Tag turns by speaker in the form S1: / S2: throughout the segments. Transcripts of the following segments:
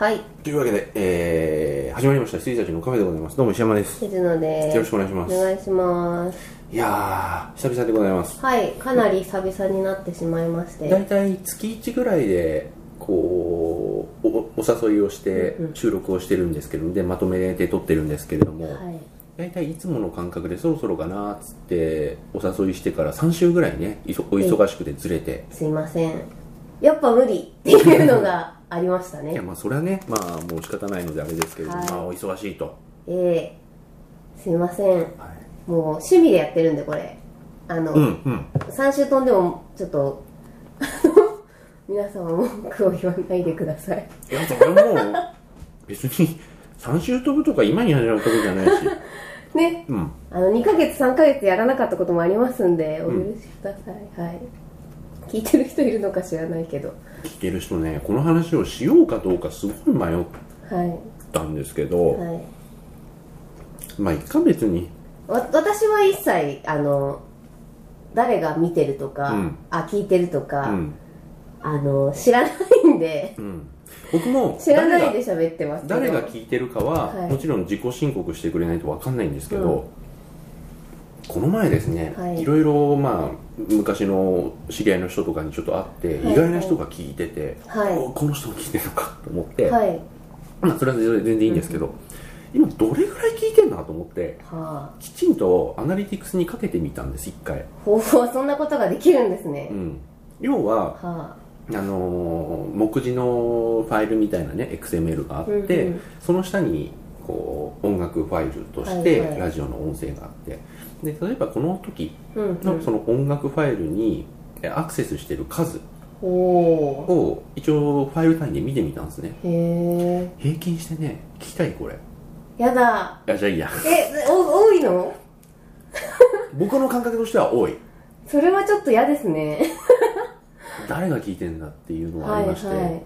S1: はい
S2: というわけで、えー、始まりました水たちのカフェでございますどうも石山です
S1: 水野です
S2: よろしくお願いします
S1: お願いします
S2: いやー久々でございます
S1: はいかなり久々になってしまいまして
S2: 大体月1ぐらいでこうおお誘いをして収録をしてるんですけどでまとめて撮ってるんですけれども、
S1: はい
S2: 大体いつもの感覚でそろそろかなっつってお誘いしてから3週ぐらいねいそお忙しくてずれて、
S1: すいませんやっぱ無理っていうのがありました
S2: いや
S1: ね
S2: まあそれはねまあもう仕方ないのであれですけれども、
S1: はい
S2: まあお忙しいと、
S1: ええすいませんもう趣味でやってるんでこれあの、
S2: うんうん
S1: 3週飛んでもちょっと あの皆様文句を言わないでください
S2: いやそれはもう別に3週飛ぶとか今に始まったことじゃない し
S1: ね
S2: うん
S1: あの2ヶ月3ヶ月やらなかったこともありますんでお許しください、はい聞いてる人いるのか知らないけど
S2: 聞いてる人ねこの話をしようかどうかすごい迷っ
S1: はい
S2: たんですけど、
S1: はい
S2: まあいっか別に
S1: わ私は一切あの誰が見てるとか、
S2: うん
S1: あ聞いてると
S2: う
S1: か、
S2: ん
S1: あの知らないんで
S2: うん僕も
S1: 知らな
S2: 誰
S1: い
S2: が
S1: で喋ってますけど
S2: 誰が聞いてるかは、
S1: はい
S2: もちろん自己申告してくれないと分かんないんですけど、この前ですね、
S1: はい
S2: い、ろいろまあ昔の知り合いの人とかにちょっと会って、
S1: はい
S2: 意外な人が聞いてて、
S1: はい
S2: おこの人も聞いてるのかと思って、
S1: はいは
S2: まあそれは全然いいんですけど、今どれぐらい聞いてんなと思って
S1: あ
S2: きちんとアナリティクスにかけてみたんです一回、
S1: 方法はそんなことができるんですね
S2: う、ん、要は
S1: は
S2: あのー目次のファイルみたいなね XML があって、
S1: うんうん
S2: その下にこう音楽ファイルとして
S1: はいはい
S2: ラジオの音声があって、で例えばこの時
S1: あうん、う
S2: の
S1: ん、
S2: その音楽ファイルにえアクセスしてる数
S1: おお
S2: を一応ファイル単位で見てみたんですね
S1: へえ
S2: 平均してね聞きたいこれ
S1: やだ
S2: あじゃあいい や
S1: えお多いの
S2: 僕の感覚としては多い
S1: それはちょっと嫌ですね
S2: 誰が聞いてんだっていうのは あ
S1: はい
S2: り
S1: は
S2: まして、
S1: い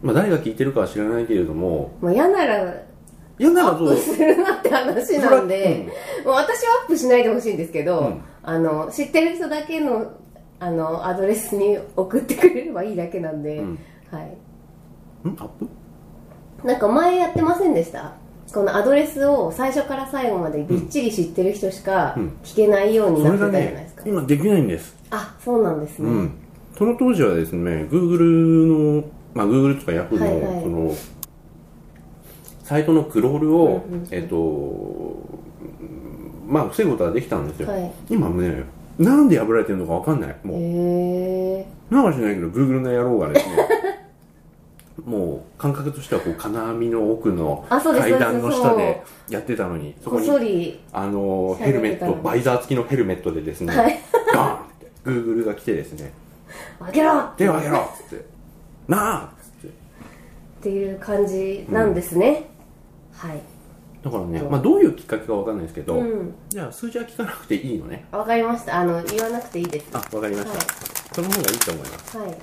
S2: まあ、誰が聞いてるかは知らないけれども
S1: まあ嫌なら
S2: いやな
S1: ア
S2: ら
S1: ッ
S2: どう
S1: プするなって話なんで、もう私はアップしないでほしいんですけど、
S2: うん
S1: あの知ってる人だけのあのアドレスに送ってくれればいいだけなんで、
S2: うん
S1: はい、
S2: うんんアップ
S1: なんか前やってませんでしたこのアドレスを最初から最後までびっちり知ってる人しか
S2: うん
S1: 聞けないよう
S2: そ
S1: になっ
S2: れ
S1: てた
S2: が
S1: じゃないで
S2: ね
S1: すか、
S2: 今できないんです
S1: あそうなんですね、
S2: うん、その当時はですね Google の、まあ、Google とか Yahoo の,、
S1: はいはい
S2: そのサイトのクロールを、
S1: うんうんうん
S2: えっとまあ防ぐことはできたんですよ、
S1: はい
S2: 今もねなんで破られてるのかわかんないもう
S1: へえ
S2: なんか知らないけど Google の野郎がですねもう感覚としてはこう金網の奥の
S1: あそうです
S2: 階段の下
S1: そうで
S2: でやってたのにそこ
S1: こっ
S2: に
S1: そり
S2: あの
S1: 下げ
S2: ヘ
S1: て
S2: ル
S1: たの
S2: メットバイザー付きのヘルメットでですね、
S1: はい
S2: ガーンって Google が来てですね
S1: 開けろっ
S2: 手を挙げろっつって「なあ!」っつって
S1: ていう感じなんですね、はい
S2: だからね、まあ、どういうきっかけかわかんないですけど、
S1: うん
S2: じゃあ数字は聞かなくていいのね
S1: わかりましたあの言わなくていいです
S2: あわかりました、その方がいいと思います
S1: はい、はい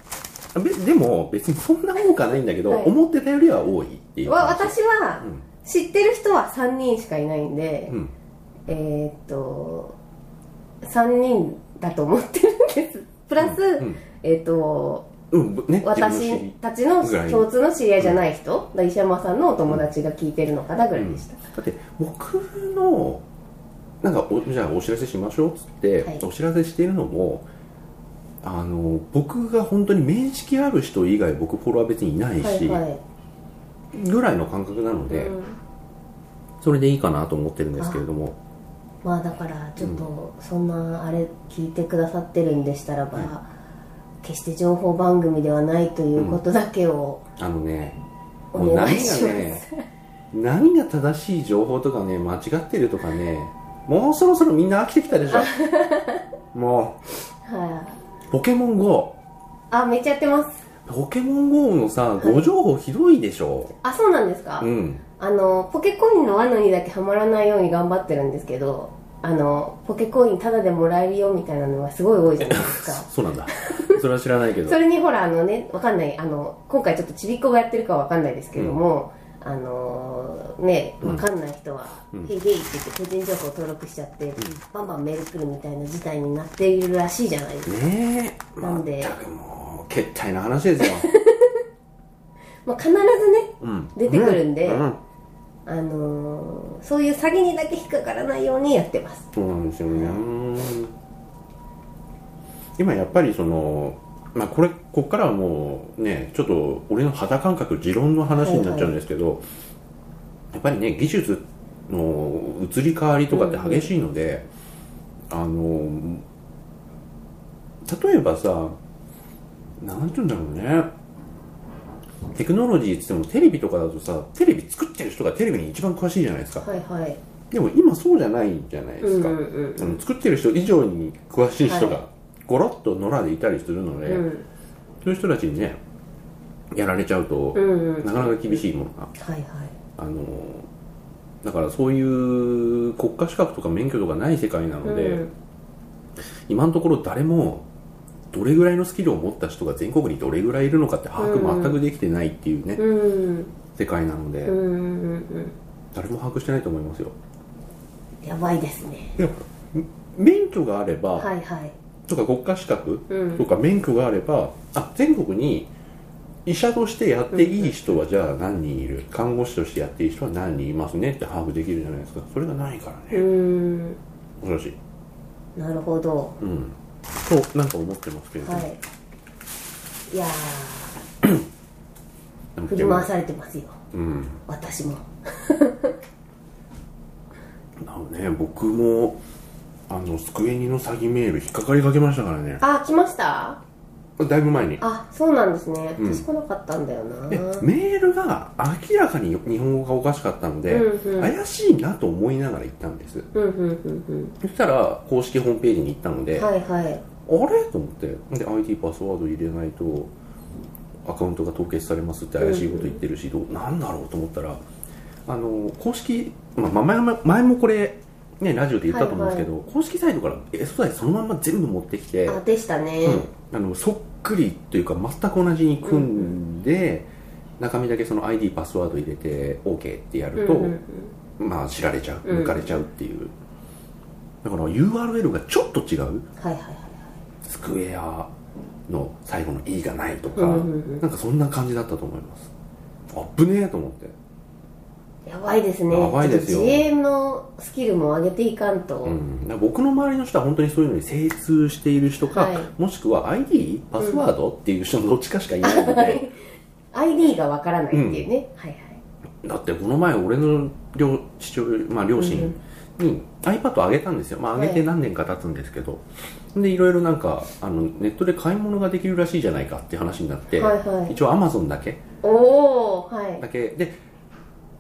S2: あべでも別にそんな多くはないんだけど、
S1: はい
S2: 思ってたよりは多いっていう
S1: わ
S2: 感じ
S1: 私は
S2: うん
S1: 知ってる人は3人しかいないんで、
S2: うん
S1: えーっと3人だと思ってるんですプラス、
S2: うん
S1: えーっと
S2: うん、うんね自分の知
S1: 私
S2: り
S1: たちの
S2: ぐらい
S1: 共通の知り合いじゃない人、石山さんのお友達が聞いてるのかなぐらいでした、
S2: だって僕のなんかおじゃあお知らせしましょうっつって、
S1: はい
S2: お知らせしてるのもあの僕が本当に面識ある人以外僕フォロワー別にいない
S1: はい
S2: し、
S1: はい
S2: ぐらいの感覚なので、
S1: うん
S2: それでいいかなと思ってるんですけれども
S1: まあだからちょっとそんなあれ聞いてくださってるんでしたらば、決して情報番組ではないということだけを
S2: あのね
S1: お
S2: もう
S1: 願い
S2: 何
S1: し
S2: が
S1: ます、
S2: ね何が正しい情報とかね間違ってるとかねもうそろそろみんな飽きてきたでし ょも
S1: は
S2: うポケモン GO
S1: い、あめっちゃやってます
S2: ポケモン GO のさ誤情報ひどいでしょ、
S1: あそうなんですか、
S2: うん
S1: あのポケコインの罠にだけはまらないように頑張ってるんですけどあのポケコインタダでもらえるよみたいなのがすごい多いじゃないですか
S2: そうなんだそれは知らないけど
S1: それにほらあのねわかんないあの今回ちょっとちびっこがやってるかわかんないですけども、あのねわかんない人は「
S2: うん
S1: ヘイヘイ」って言って個人情報登録しちゃって、バンバンメール来るみたいな事態になっているらしいじゃないですか
S2: ねえ
S1: なんで
S2: まったくもうけったいな話ですよ
S1: まあ、必ずね
S2: うん
S1: 出てくるんで
S2: うん
S1: あのーそういう詐欺にだけ引っかからないようにやってます
S2: そうなんですよね、今やっぱりそのまあこれこっからはもうねちょっと俺の肌感覚持論の話になっちゃうんですけど、やっぱりね技術の移り変わりとかって激しいので、あの例えばさなんて言うんだろうねテクノロジーっつってもテレビとかだとさテレビ作ってる人がテレビに一番詳しいじゃないですか
S1: はいはい
S2: でも今そうじゃないじゃないで
S1: う
S2: す
S1: ん
S2: か、
S1: うんうん
S2: あの作ってる人以上に詳しい人
S1: は
S2: がゴロッと野良でいたりするので、
S1: うん
S2: そういう人たちにねやられちゃうと、
S1: うんうん
S2: なかなか厳しいものが
S1: はいはい
S2: あのだからそういう国家資格とか免許とかない世界なので、
S1: うん
S2: 今のところ誰もどれぐらいのスキルを持った人が全国にどれぐらいいるのかって把握全くできてないっていうね、
S1: うん
S2: 世界なので、
S1: うんうんうん
S2: 誰も把握してないと思いますよ
S1: やばいですね
S2: 免許があれば、
S1: はいはい
S2: とか国家資格
S1: うん
S2: とか免許があればあ全国に医者としてやっていい人はじゃあ何人いる看護師としてやっていい人は何人いますねって把握できるじゃないですかそれがないから
S1: う
S2: ね
S1: ん
S2: 恐ろしい
S1: なるほど
S2: うんとなんか思ってますけれども、
S1: はいいやー
S2: なんか
S1: 振
S2: で
S1: り
S2: も
S1: 回されてますよ
S2: うん
S1: 私も
S2: なのね僕もあのスクエニの詐欺メール引っかかりかけましたからね
S1: あ来ました
S2: だいぶ前に
S1: あそうなんですね
S2: うん
S1: 私来なかったんだよな、
S2: でメールが明らかに日本語がおかしかったので、
S1: うんうん
S2: 怪しいなと思いながら行ったんです
S1: うんうんうん
S2: そしたら公式ホームページに行ったの
S1: う
S2: で、
S1: んはいはい
S2: あれと思ってで IT パスワード入れないとアカウントが凍結されますって怪しいこと言ってるし、どうなんだろうと思ったらあの公式、まあ、まあ前も前もこれ、ね、ラジオで言ったと思うんですけど、公式サイトから S 素材そのまんま全部持ってきて、
S1: あでしたね、
S2: うんあのそっくりというか全く同じに組んで、中身だけその ID パスワード入れて OK ってやると、
S1: うんうん
S2: まあ知られちゃう
S1: うん
S2: 抜かれちゃうっていう、だから URL がちょっと違う
S1: はいはいはい
S2: スクエアの最後の E がないとか、
S1: うんうんうん
S2: なんかそんな感じだったと思いますあっぶねえと思って
S1: やばいですね
S2: やばいですよ
S1: ちょっと自営のスキルも上げていかんと、
S2: うん、だから僕の周りの人は本当にそういうのに精通している人か、
S1: はい
S2: もしくは ID パスワードっていう人のどっちかしかいないの
S1: は
S2: で
S1: い ID がわからないっていうね、はいはい
S2: だってこの前俺の両父親、まあ、両親に iPad あげたんですよ、まあ、あげ
S1: は
S2: て
S1: い
S2: 何年か経つんですけど、でいろいろなんかあのネットで買い物ができるらしいじゃないかって話になって、
S1: はいはい
S2: 一応 Amazon だけ
S1: おおはい
S2: だけで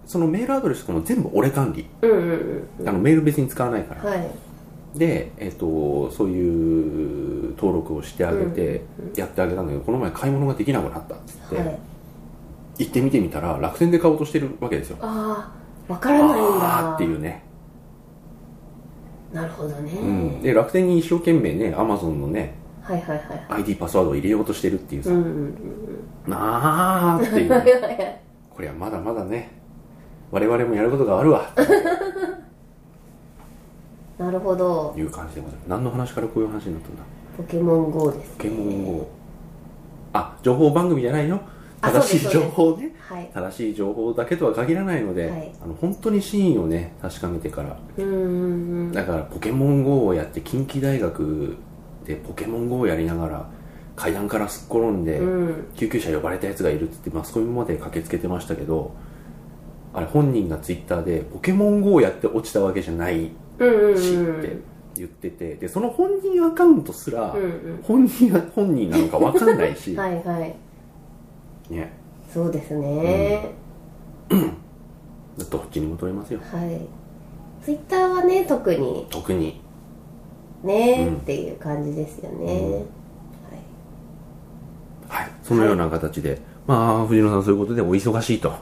S2: そのメールアドレスとかも全部俺管理、
S1: うんうん
S2: あのメール別に使わないから、
S1: うんはい
S2: で、えっとそういう登録をしてあげてやってあげたんだけど、この前買い物ができなくなったっつって、
S1: はい
S2: 行ってみてみたら楽天で買おうとしてるわけですよ
S1: ああわからないんだ
S2: あーっていうね
S1: なるほどね、
S2: うん、で楽天に一生懸命ねアマゾンのね
S1: はいはいはいはい
S2: ID パスワードを入れようとしてるっていう
S1: う
S2: さ、
S1: んうん
S2: なあーっていう
S1: うん はいはい
S2: これはまだまだね我々もやることがあるわって
S1: なるほど
S2: いう感じでございます何の話からこういう話になったんだ
S1: ポケモン GO です
S2: ポケモン GO あ情報番組じゃないよ
S1: あ
S2: 正しい
S1: そ
S2: 情
S1: うですそうです
S2: 報ね
S1: はい
S2: 正しい情報だけとは限らないので、
S1: はい
S2: あの本当に真意をね確かめてから
S1: うんうんうん
S2: だからポケモン GO をやって近畿大学でポケモン GO をやりながら階段からすっ転んで、
S1: うん
S2: 救急車呼ばれたやつがいるって言ってマスコミまで駆けつけてましたけどあれ本人がツイッターで「ポケモン GO」をやって落ちたわけじゃないし
S1: うんうんうん
S2: って言っててでその本人アカウントすら
S1: うんうん
S2: 本人が本人なのか分かんないし、
S1: はいはい
S2: ね、
S1: そうですね、
S2: どっちにも取れますよ
S1: はいツイッターはね特に
S2: 特に
S1: ね、
S2: うん
S1: っていう感じですよね、
S2: うん
S1: はい、
S2: はいそのような形で、まあ藤野さんそういうことでお忙しいと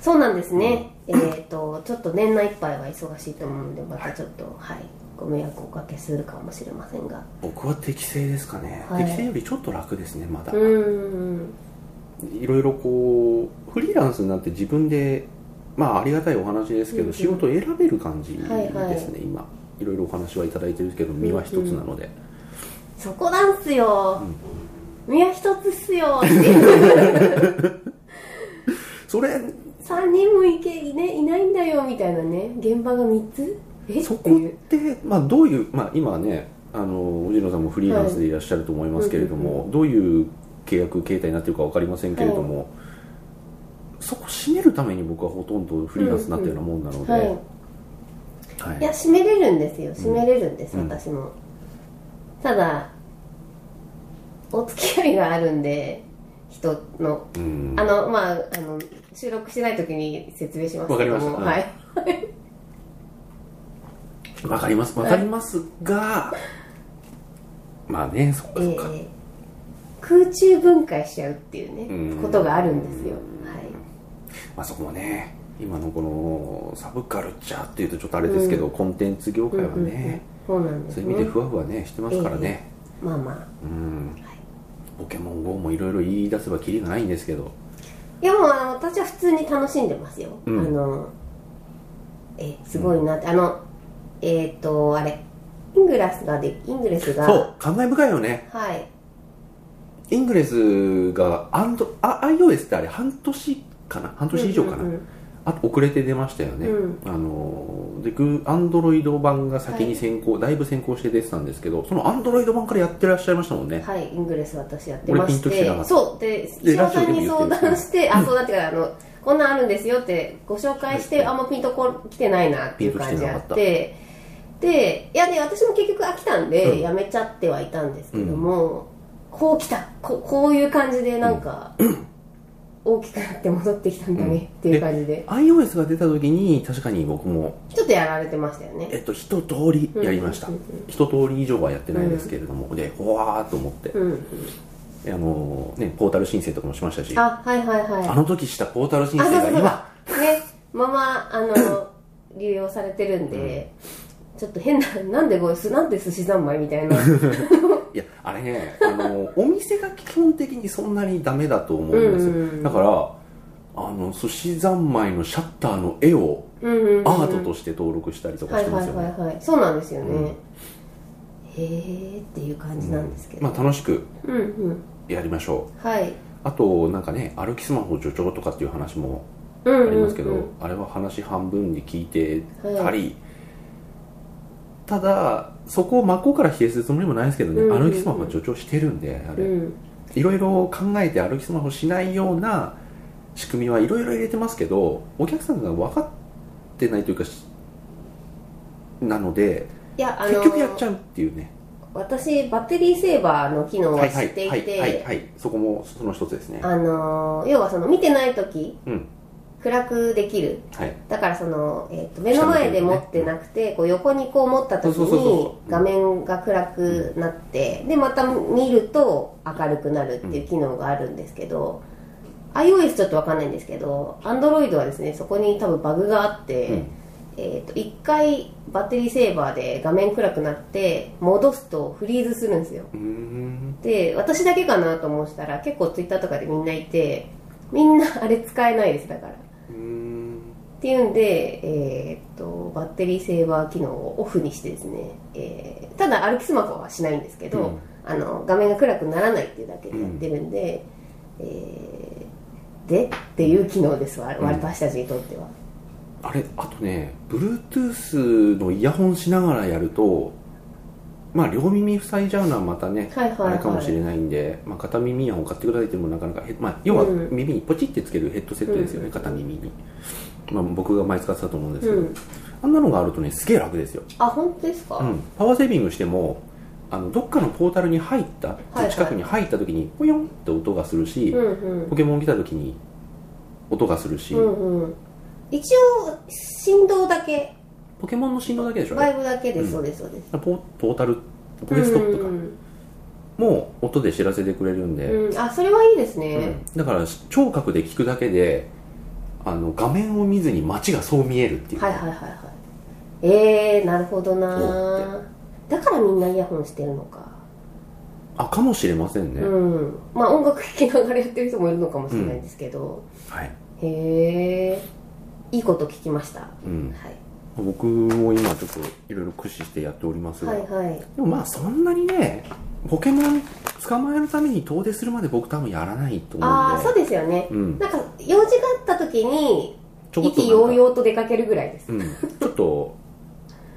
S1: そうなんですね、えっ、とちょっと年内いっぱいは忙しいと思うんでまたちょっとはい、ご迷惑をおかけするかもしれませんが
S2: 僕は適正ですかね、
S1: はい
S2: 適正よりちょっと楽ですねまだ、
S1: うーん
S2: いろいろこうフリーランスになって自分でまあありがたいお話ですけど、
S1: うんうん
S2: 仕事を選べる感じですね、
S1: はいはい
S2: 今いろいろお話はいただいてるけど身は一つなので、
S1: そこなんすよ、身は一つっすよっていう
S2: それ
S1: 3人もいけい,、ね、いないんだよみたいなね現場が3つえ
S2: そ
S1: って
S2: こっ
S1: いう
S2: て、まあ、どういう、まあ、今ねあのおじのさんもフリーランスでいらっしゃると思いますけれども、
S1: はい
S2: どういう契約形態になってるか分かりませんけれども、そこ締めるために僕はほとんどフリーランスになったようなもんなので、
S1: はい
S2: はい
S1: いや閉めれるんですよ閉めれるんです、
S2: うん
S1: 私もただお付き合いがあるんで人の
S2: うん
S1: あのまああの収録してない時に説明しますけども
S2: わかりました
S1: は
S2: はい
S1: い
S2: わかりますわかりますが、まあねそっか
S1: え
S2: そっか、
S1: ー空中分解しちゃうっていうね、
S2: うん
S1: ことがあるんですよ、
S2: まあ、そこもね今のこのサブカルチャーっていうとちょっとあれですけど、コンテンツ業界
S1: はい
S2: は
S1: うんうんうん
S2: ね、
S1: そうなんです
S2: そう
S1: ね
S2: いう意味でふわふわねしてますからね、
S1: まあま
S2: うん
S1: あ、はい、
S2: ポケモン GO もいろいろ言い出せばキリがないんですけど
S1: いやもうあの私は普通に楽しんでますよ、
S2: うん
S1: あのえすごいなって、あのえっ、とあれイングラスがでイングレスが
S2: そう感慨深いよね
S1: はい
S2: イングレスがアンドあ iOS ってあれ半年かな半年以上かな、
S1: うんうん
S2: あと遅れて出ましたよね、
S1: う
S2: あのでグアンドロイド版が先に先行、だいぶ先行して出てたんですけどそのアンドロイド版からやってらっしゃいましたもん
S1: うん
S2: ね、
S1: はいイングレス私やってまし
S2: 俺ピンときて
S1: て
S2: なかった
S1: そうで
S2: で
S1: 石破さんに
S2: ラジオでも
S1: 相
S2: 言ってる
S1: 談してあそうだってからあのこんなんあるんですよってご紹介して、
S2: はい
S1: あんまピンとこ来てないなっていう感じあ
S2: ピン
S1: っ
S2: とき
S1: てでいやね私も結局飽きたんで、
S2: うん
S1: やめちゃってはいたんですけども、こう来たここういう感じでな んか、大きくなって戻ってきたんだねっていう感じで、
S2: iOS が出た時に確かに僕も
S1: ちょっとやられてましたよね
S2: えっと一通りやりました、
S1: うんうん
S2: 一通り以上はやってないですけれども、でほわーっと思って、
S1: うん、
S2: あのね、ポータル申請とかもしましたしあ
S1: あはいはいはい
S2: の時したポータル申
S1: あ、
S2: 請
S1: そう
S2: が
S1: そう
S2: 今
S1: そう。ね、まま、あの、流用されてるんで、ちょっと変な、なんでご、すなんで寿司三昧みた いな。
S2: いやあれねあのお店が基本的にそんなにダメだと思うんですよ、
S1: うんうんうん
S2: だからあの寿司三昧のシャッターの絵を
S1: うんうんうん
S2: アートとして登録したりとか
S1: は
S2: し
S1: い
S2: て
S1: は
S2: ま
S1: い
S2: すよ
S1: はい
S2: ね
S1: はい。そうなんですよね。
S2: うん
S1: へーっていう感じなんですけど。
S2: まあ楽しく
S1: うんうん。
S2: やりましょう
S1: はい。
S2: あとなんかね歩きスマホ助長とかっていう話も
S1: うんうん、うん。
S2: ありますけど、あれは話半分に聞いてたり、ただそこを真っ向から否定するつもりもないですけどね、
S1: うんうんうん
S2: 歩きスマホは助長してるんであ
S1: う
S2: れ、
S1: ん。
S2: いろいろ考えて歩きスマホしないような仕組みはいろいろ入れてますけどお客さんが分かってないというかしなので
S1: いや、あの、
S2: 結局やっちゃうっていうね
S1: 私、バッテリーセーバーの機能
S2: は
S1: はい
S2: は
S1: 知
S2: い
S1: ってい
S2: はいはい
S1: て、
S2: はいそこもその一つですね
S1: あの、要はその、見てない時
S2: うん
S1: 暗くできる。
S2: はい
S1: だからその、えー、と目の前で持ってなくてこう横にこう持った時
S2: そうそうそう
S1: に
S2: そう
S1: 画面が暗くなってでまた見ると明るくなるっていう機能があるんですけど iOS ちょっとわかんないんですけど Android はですねそこに多分バグがあって、
S2: うん
S1: えー、と1回バッテリーセーバーで画面暗くなって戻すとフリーズするんですよ
S2: うーん
S1: で私だけかなと思ってたら結構 Twitter とかでみんないてみんなあれ使えないですだから。
S2: うーん
S1: っていうんで、えーっとバッテリーセーバー機能をオフにしてですね、えーただ歩きスマホはしないんですけど、
S2: うん
S1: あの画面が暗くならないっていうだけでやってるんで、えーでっていう機能ですわ、
S2: ん
S1: 私たちにとっては
S2: あれあとね Bluetooth のイヤホンしながらやるとまあ両耳塞いじゃうのはまたね、
S1: はいはいはい
S2: あれかもしれないんで、まあ、片耳イヤホン買ってくださいってもなかなかへ、まあ、要は
S1: うん
S2: 耳にポチってつけるヘッドセットですよね、
S1: うん
S2: 片耳に、まあ、僕が前使ってたと思うんですけど、
S1: うん
S2: あんなのがあるとねすげえ楽ですよ、
S1: あ本当ですか、
S2: うん、パワーセービングしてもあのどっかのポータルに入った、
S1: いはい
S2: 近くに入った時にポヨンって音がするし、
S1: うんうん
S2: ポケモン来た時に音がするし、
S1: うんうん一応振動だけ
S2: ポケモンの振動だけでしょあれ
S1: バイブだけで
S2: うん
S1: すそうですそうです、
S2: ポポータルポケストップか、
S1: うん
S2: もう音で知らせてくれるん
S1: う
S2: で、
S1: んうんあそれはいいですね、
S2: うんだから聴覚で聞くだけであの画面を見ずに街がそう見えるっていう、
S1: はいはいはいはいえー、なるほど
S2: お
S1: なだからみんなイヤホンしてるのか、
S2: あかもしれませんね、
S1: うんまあ音楽聴きながらやってる人もいるのかもしれないんですけど、
S2: はい、
S1: へえいいこと聞きました、は
S2: うん、
S1: い、
S2: 僕も今ちょっといろいろ駆使してやっておりますが、
S1: はいはい
S2: でもまあそんなにねポケモン捕まえるために遠出するまで僕多分やらないと思うんで
S1: ああそうですよね
S2: うん
S1: なんか用事があった時時に
S2: ちょこ
S1: 意
S2: っと
S1: 気
S2: なん
S1: 揚
S2: か
S1: 々と出かけるぐらいです、
S2: うん、ちょっと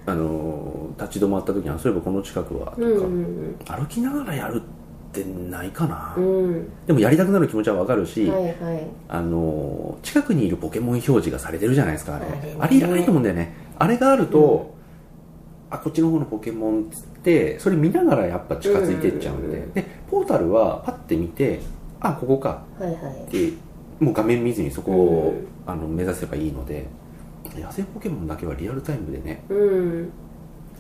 S2: あのー立ち止まった時にあそういえばこの近くはとか、
S1: うん
S2: 歩きながらやるってないかな、
S1: うんうん
S2: でもやりたくなる気持ちはわかるし、
S1: はいはい
S2: あのー近くにいるポケモン表示がされてるじゃないですかあれ
S1: あれね
S2: あれいらないと思うんだよねあれがあると、あこっちの方のポケモンっつってそれ見ながらやっぱ近づいてっちゃうんで、
S1: うん
S2: でポータルはパッて見てあここか
S1: はいはい
S2: でもう画面見ずにそこを、
S1: うん
S2: あの目指せばいいので野生ポケモンだけはリアルタイムでね
S1: うん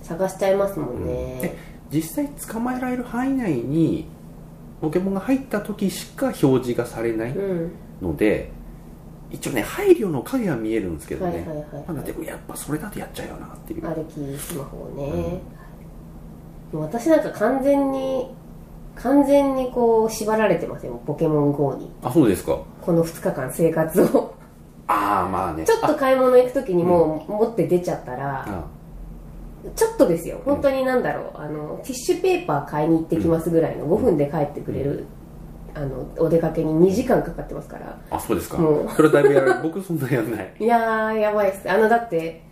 S1: 探しちゃいますもんね、
S2: 実際捕まえられる範囲内にポケモンが入った時しか表示がされない
S1: うん
S2: ので、一応ね配慮の影は見えるんですけど
S1: は
S2: ね、
S1: いはいはい
S2: まあで
S1: は
S2: もやっぱそれだとやっちゃうよなっていう、
S1: い歩きスマホをね、もう私なんか完全に完全にこう縛られてますよポケモン GO に
S2: あそうですか
S1: この2日間生活を
S2: ああまあね
S1: ちょっと
S2: あ
S1: 買い物行く時にもう持って出ちゃったら、
S2: あ
S1: ちょっとですよ、本当になんだろう、あのティッシュペーパー買いに行ってきますぐらいの5分で帰ってくれる、あのお出かけに2時間かかってますから、
S2: あそうですか
S1: もう
S2: それはだいぶやる 僕そんなやんない
S1: いやー、やばいです、あのだって、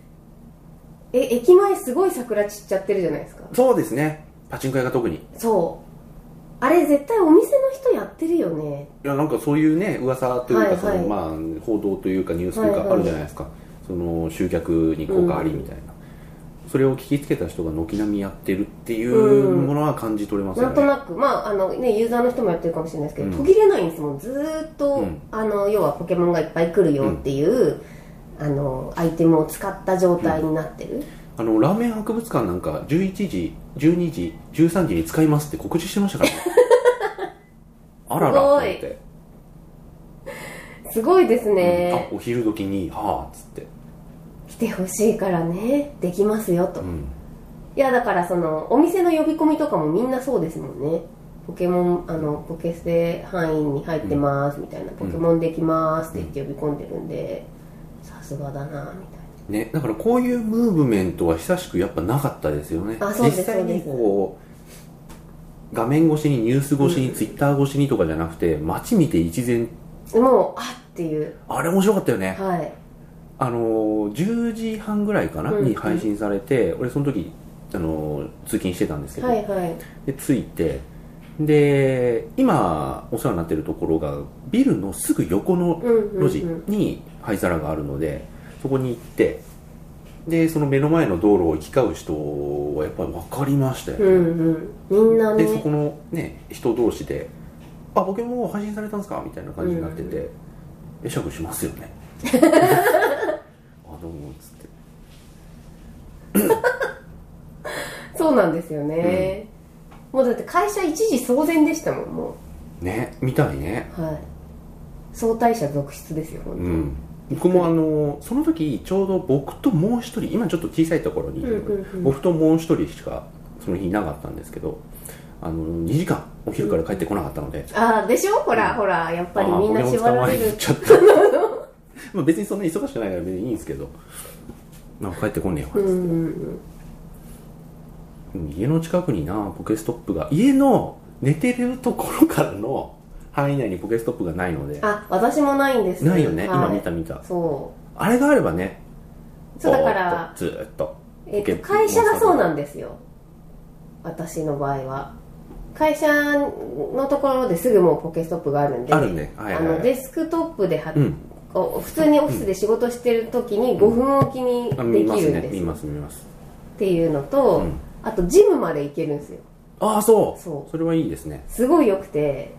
S1: え駅前、すごい桜散っちゃってるじゃないですか、
S2: そうですねパチンコ屋が特にい
S1: そう、あれ、絶対お店の人やってるよね、
S2: やなんかそういうね噂というか、
S1: はいはい
S2: そのまあ報道というかニュースという
S1: はい
S2: か
S1: はい
S2: あるじゃないですか、その集客に効果ありみたいな、それを聞きつけた人が軒並みやってるっていう
S1: うん
S2: ものは感じ取れますよ
S1: なん
S2: ね、
S1: となく、まああのね、ユーザーの人もやってるかもしれないですけ
S2: う
S1: ど、
S2: ん
S1: 途切れないんですもん、ずーっと、
S2: うん
S1: あの要はポケモンがいっぱい来るよっていう、あのアイテムを使った状態になってる。
S2: あのラーメン博物館なんか11時12時13時に使いますって告知してましたから ねあららと思って、
S1: すごいです
S2: うん
S1: ね、
S2: あお昼時にはあっつって、
S1: 来てほしいからねできますよと、
S2: う
S1: い
S2: ん、
S1: やだからそのお店の呼び込みとかもみんなそうですもんねポケモンあのポケ捨て範囲に入ってますみたいな、ポケモンできますって言って呼び込んでるんでさすがだなみたい
S2: ね、だからこういうムーブメントは久しくやっぱなかったですよね
S1: あそうです
S2: 実際に
S1: そうです
S2: こう画面越しにニュース越しに、ツイッター越しにとかじゃなくて街見て一然
S1: なもうあっていう
S2: あれ面白かったよね
S1: はい
S2: あのー10時半ぐらいかな、
S1: うん
S2: に配信されて俺その時、あのー通勤してたんですけど、
S1: はいはい
S2: で着いてで今お世話になってるところがビルのすぐ横の
S1: うんうん、う
S2: 路
S1: ん、
S2: 地に灰皿があるのでそこに行ってでその目の前の道路を行き交う人はやっぱり分かりましたよね、
S1: うんうんみんなね
S2: でそこの、ね、人同士で「あポケモン配信されたんですか?」みたいな感じになってて「会釈しますよね」 あどうも」っつって
S1: そうなんですよね、もうだって会社一時騒然でしたもんも
S2: ねみたいね
S1: うはい相対者続出ですよ本当
S2: う
S1: に、
S2: ん、僕もあのその時ちょうど僕ともう一人今ちょっと小さいところにいるので、
S1: うんうんうん
S2: 僕ともう一人しかその日いなかったんですけどあの2時間お昼から帰ってこなかったので、やっ
S1: ああでしょほら、ほらやっぱりみんな縛られる
S2: ちゃった まあ別にそんな忙しくないから別にいいんですけどなんか帰ってこねえ
S1: う
S2: わ、
S1: んうん
S2: うん家の近くになポケストップが家の寝てるところからの範囲内にポケストップがないので
S1: あ私もないんです
S2: ないよね、
S1: はい
S2: 今見た見た
S1: そ
S2: あれがあればね
S1: うそうだから
S2: ぼ、ーっとずーっと
S1: えっ
S2: ポケ
S1: と
S2: ット
S1: 会社がそうなんですよ私の場合は会社のところですぐもうポケストップがあるんで
S2: あるねはいはい
S1: あ
S2: はい
S1: のデスクトップでは、
S2: うん
S1: こう普通にオフィスで仕事してる時に5分おきにで
S2: あ見ま
S1: き
S2: す
S1: るん
S2: ね
S1: です、
S2: 見ます見ます
S1: っていうのと、
S2: うん
S1: あとジムまで行けるんですよ
S2: ああそう
S1: そう
S2: れはいいですね
S1: すごい良くて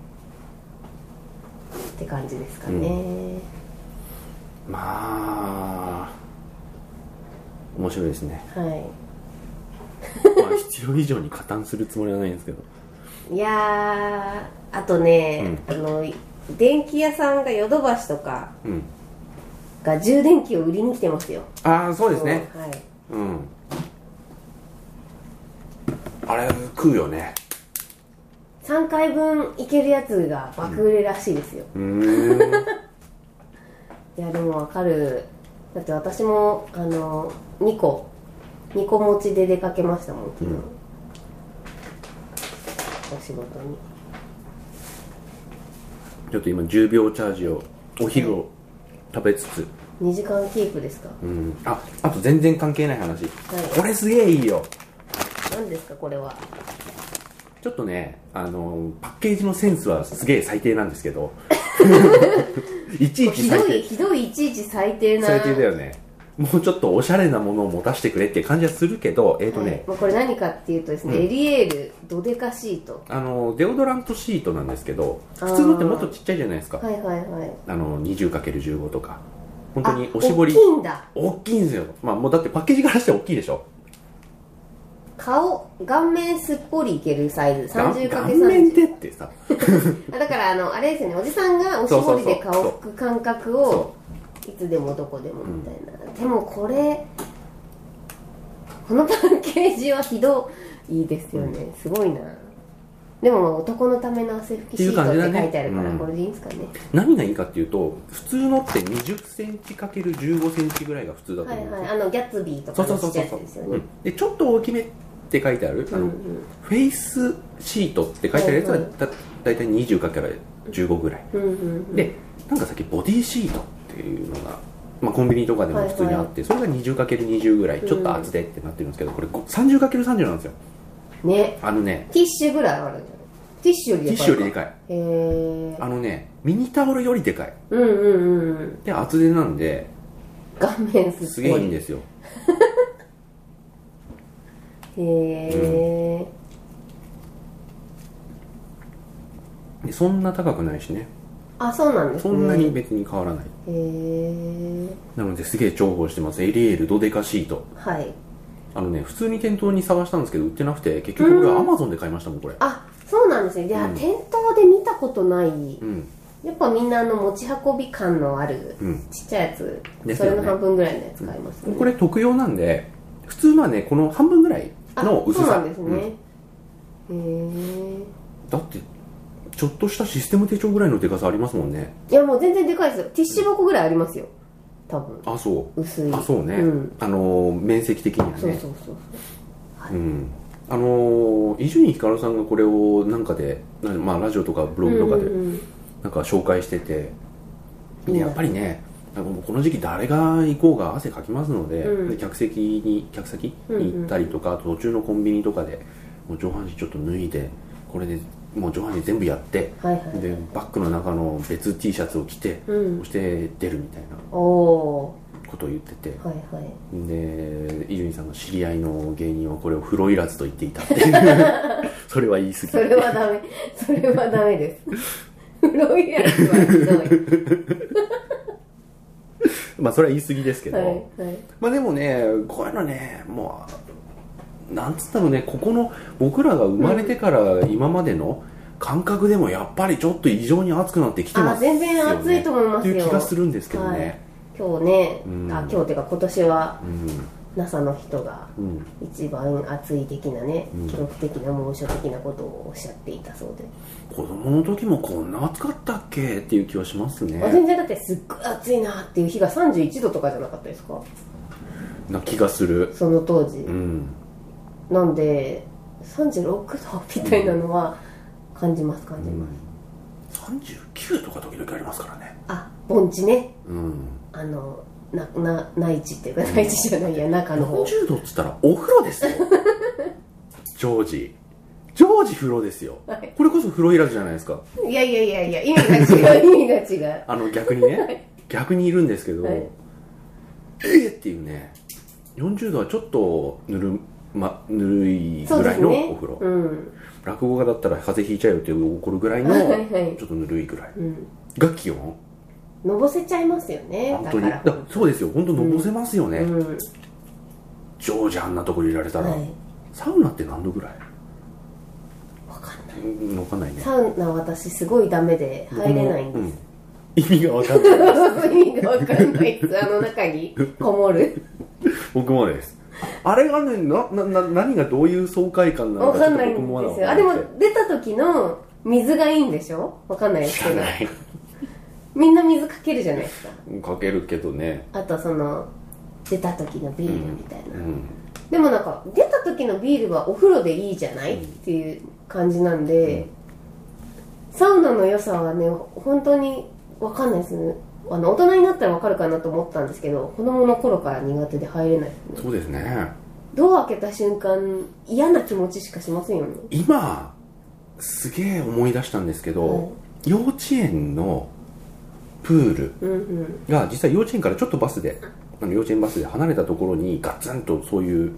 S1: って感じですかね、
S2: まあ面白いです ね
S1: はい
S2: まあ必要以上に加担するつもりはないんですけど
S1: いやーあとね、あの電気屋さんがヨドバシとか
S2: うん
S1: が充電器を売りに来てますよ
S2: ああそうですね
S1: そうはい
S2: うんあれ食うよね
S1: 3回分いけるやつが爆売れらしいですよ、
S2: うーん
S1: いやでもわかるだって私もあの2個2個持ちで出かけましたもん昨日、
S2: うん
S1: お仕事に
S2: ちょっと今10秒チャージをお昼を食べつつ、
S1: 2時間キープですか
S2: うん、ああと全然関係ない話これすげえいいよ
S1: 何ですかこれは
S2: ちょっとねあのパッケージのセンスはすげえ最低なんですけ ど いちいち
S1: ひど
S2: 最
S1: い
S2: 低
S1: ひどいいちいち最低な
S2: 最低だよねもうちょっとおしゃれなものを持たせてくれって感じはするけどえっ、ー、と
S1: はい
S2: ね、
S1: まあこれ何かっていうとですね、
S2: うん
S1: エリエールドデカシート
S2: あのデオドラントシートなんですけど
S1: あー
S2: 普通のってもっとちっちゃいじゃないですか、
S1: はいはいはい
S2: あの 20×15 とか本当に
S1: あ
S2: おしぼり
S1: 大きいんだ
S2: 大きいんですよ、まあ、もうだってパッケージからして大きいでしょ
S1: 顔顔面すっぽりいけるサイズ
S2: 顔
S1: 30×30
S2: 顔面でってさ
S1: あだからあのあれですよねおじさんがおしぼりで顔
S2: そうそうそう
S1: 拭く感覚を
S2: そ
S1: いつでもどこでもみたいな、でもこれこのパッケージはひどいですよね、すごいなでも男のための汗拭きシート
S2: っていう感
S1: っ
S2: じだ
S1: て
S2: ね
S1: 書いてあるから
S2: うん
S1: これでいいんですかね、
S2: 何がいいかっていうと普通のって 20cm×15cm ぐらいが普通だと
S1: は
S2: 思うん
S1: い
S2: ですよ、
S1: はいあのギャッツビーと
S2: そ
S1: か
S2: うそう
S1: の
S2: そ
S1: ちっ
S2: う
S1: ち
S2: そ
S1: ゃいうやつ
S2: そう
S1: ですよ
S2: う
S1: ね
S2: んでちょっと大きめって書いてある、あ
S1: うん
S2: のフェイスシートって書いてあるやつは
S1: はいはい
S2: だ大体 20×15 ぐらい、
S1: うんうんうんうん
S2: でなんかさっきボディシートっていうのが、まあ、コンビニとかでも普通にあって、それが 20×20 ぐらいちょっと厚でってなってるんですけどこれ 30×30 なんですよ
S1: ね
S2: あのね
S1: ティッシュぐらいあるんじゃないティッシュよ
S2: ティッ
S1: りでか
S2: シュよりで
S1: いか
S2: かい
S1: へえ
S2: あのねミニタオルよりでかい
S1: うんうんうん
S2: で厚手なんで
S1: 顔面す
S2: す
S1: っ
S2: げえ
S1: ぽ
S2: いいん
S1: り
S2: ですよ
S1: へえ
S2: でそんな高くないしね
S1: あそうなんです
S2: そ
S1: ね
S2: んなに別に変わらない、
S1: へえ
S2: なのですげえ重宝してますエリエールドデカシート
S1: はい
S2: あのね普通に店頭に探したんですけど売ってなくて結局俺
S1: う
S2: ア
S1: ん
S2: マゾンで買いましたもんこれ
S1: あそうなんですねいや、
S2: うん
S1: 店頭で見たことない
S2: うん
S1: やっぱみんなあの持ち運び感のある
S2: うん
S1: ちっちゃいやつ、
S2: です
S1: それ
S2: よ
S1: の
S2: ね
S1: 半分ぐらいのやつ買います、ね
S2: これ特用なんで普通のはねこの半分ぐらい
S1: あ
S2: の薄さ
S1: そうなんです
S2: うん
S1: ね、へえ
S2: だってちょっとしたシステム手帳ぐらいのデカさありますもんね
S1: いやもう全然でかいですよティッシュ箱ぐらいありますよ多分
S2: あそ
S1: 薄いう
S2: あそうね、
S1: うん
S2: あのー面積的にはね
S1: そうそうそう
S2: うんあのー伊集院光さんがこれをなんかで、なまあ、ラジオとかブログとかで
S1: うんうんうん
S2: なんか紹介してて、
S1: うん
S2: でやっぱりねなんかもうこの時期誰が行こうが汗かきますので,、
S1: うん
S2: で客席に客先に行ったりとか、あと途中のコンビニとかでもう上半身ちょっと脱いでこれでもう上半身全部やって
S1: はいはい
S2: でバッグの中の別 T シャツを着て、
S1: うん
S2: そして出るみたいな
S1: おお
S2: ことを言ってて
S1: ーはいはい
S2: で伊集院さんの知り合いの芸人はこれを風呂いらずと言っていたっていう それは言い過ぎ
S1: それはダメそれはダメですフロイヤルはひどい
S2: まあそれは言い過ぎですけど、
S1: はいはい
S2: まあでもねこういうのねもうなんつったのねここの僕らが生まれてから今までの感覚でもやっぱりちょっと異常に熱くなってきて
S1: あ
S2: ますよ、
S1: 全
S2: ね、
S1: 然暑いと思いますよ
S2: っていう気がするんですけどね、
S1: はい今日ね、
S2: うん
S1: あ今日っていうか今年は
S2: うん、
S1: NASA の人が
S2: うん、
S1: 一番暑い的なね、
S2: うん
S1: 記録的な猛暑的なことをおっしゃっていたそうで、
S2: 子供の時もこんな暑かったっけっていう気はします
S1: あ
S2: ね
S1: 全然だってすっごい暑いなっていう日が31度とかじゃなかったですか
S2: な気がする
S1: その当時、
S2: うん
S1: なんで36度みたいなのは感じます感じます、
S2: 39とか時々ありますからね
S1: あ盆地ね
S2: うん
S1: あのなな内地っていうか内地じゃないや中の方
S2: 40度っつったらお風呂 ですよ常時常時風呂ですよ、
S1: はい
S2: これこそ風呂いらずじゃないですか
S1: いやいやいやいや意味が 違う意味が違う
S2: あの逆にね逆にいるんですけど、
S1: はい
S2: えーっていうね40度はちょっとぬる,、ま、ぬるい
S1: そ
S2: ぐ
S1: うで
S2: らい
S1: す
S2: の
S1: ね
S2: お風呂、
S1: うん
S2: 落語家だったら風邪ひいちゃうよって怒るぐらいの
S1: はいはい
S2: ちょっとぬるいぐらい
S1: うん
S2: が気温
S1: のぼせちゃいますよね
S2: 本
S1: だ
S2: 当
S1: か
S2: に
S1: ら
S2: だそうですよ本当のぼせますよね、
S1: うん
S2: 常時あんなとこにいられたら、
S1: はい
S2: サウナって何度ぐらい
S1: わかんない
S2: うんわかんないね
S1: サウナ私すごいダメで入れないん
S2: う
S1: で
S2: ん、意味がわかんない
S1: す、 意味がわかんないですあの中にこもる
S2: 僕もですあれがねななな何がどういう爽快感なの
S1: わ
S2: か
S1: かんないん
S2: ちょっと僕もまだ
S1: で
S2: わ
S1: す
S2: か
S1: よあ
S2: んな
S1: で
S2: く
S1: も
S2: て
S1: 出た時の水がいいんでしょわかんないです
S2: 知
S1: け
S2: ら
S1: ど
S2: ない
S1: みんな水かけるじゃないですか
S2: かけるけどね
S1: あとその出た時のビールみたい
S2: う
S1: な、
S2: ん
S1: でもなんか出た時のビールはお風呂でいいじゃない、っていう感じなんで、サウナの良さはね本当にわかんないですねあの大人になったらわかるかなと思ったんですけど子供の頃から苦手で入れないですね
S2: そうですね
S1: ドア開けた瞬間嫌な気持ちしかしませんよね
S2: 今すげえ思い出したんですけど、
S1: はい
S2: 幼稚園のプール
S1: うんうん
S2: が実は幼稚園からちょっとバスであの幼稚園バスで離れたところにガツンとそういう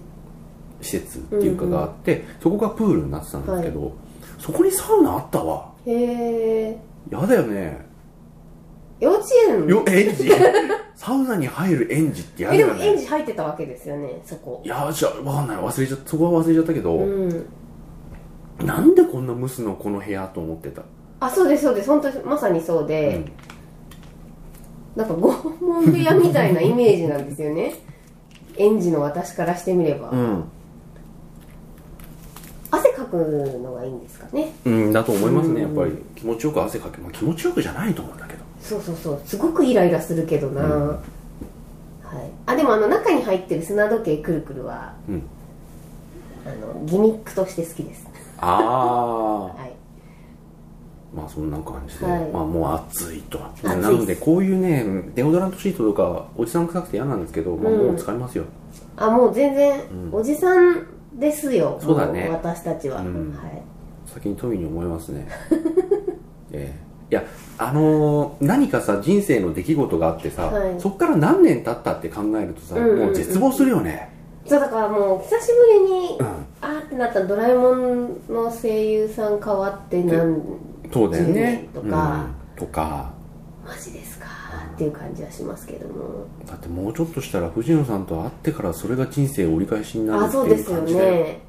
S2: 施設っていうかがあって、そこがプールになってたんですけど、そこにサウナあったわ
S1: へえ
S2: やだよね
S1: 幼稚園
S2: よ園 児サウナに入る園児ってやだ
S1: えで
S2: よ
S1: も園
S2: ね
S1: 児入ってたわけですよねそこ
S2: いやじゃあわかんない忘れちゃったそこは忘れちゃったけど、
S1: うん
S2: なんでこんなムスのこの部屋と思ってた、
S1: あそうですそうです本当にまさにそうで、
S2: うん
S1: なんか拷問部屋みたいなイメージなんですよね 園児の私からしてみれば、
S2: うん
S1: 汗かくのがいいんですかね
S2: うん、だと思いますね、や
S1: う
S2: っ
S1: ん
S2: ぱり気持ちよく汗かけ、まあ、気持ちよくじゃないと思うんだけど
S1: そうそうそうすごくイライラするけどな、
S2: うん
S1: はい、あでもあの中に入ってる砂時計くるくるは、
S2: うん
S1: あのギミックとして好きです
S2: ああ
S1: はい
S2: まあそんな感じで、
S1: はい
S2: まあもう暑いと
S1: 暑いです
S2: なのでこういうねデオドラントシートとかおじさん臭くて嫌なんですけど、まあ、
S1: うん
S2: もう使いますよ、
S1: あもう全然、
S2: うん
S1: おじさんですよ
S2: そうだね
S1: も私たちは、
S2: うん
S1: はい
S2: 先に富に思いますね ええいやあのー何かさ人生の出来事があってさ、
S1: はい
S2: そっから何年経ったって考えるとさ、
S1: うんうんうん
S2: もう絶望するよね、
S1: そうだからもう久しぶりに、あーってなったらドラえもんの声優さん変わってなん
S2: そうだよね
S1: 10年とか
S2: うんとか
S1: マジですかっていう感じはしますけども
S2: だってもうちょっとしたら藤野さんと会ってからそれが人生折り返しになるっ
S1: あ
S2: て
S1: そう
S2: い
S1: で
S2: う
S1: すよ
S2: 感じで
S1: ね